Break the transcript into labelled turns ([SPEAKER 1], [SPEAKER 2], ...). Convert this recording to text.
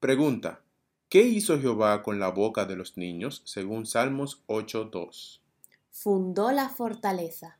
[SPEAKER 1] Pregunta. ¿Qué hizo Jehová con la boca de los niños según Salmos 8.2?
[SPEAKER 2] Fundó la fortaleza.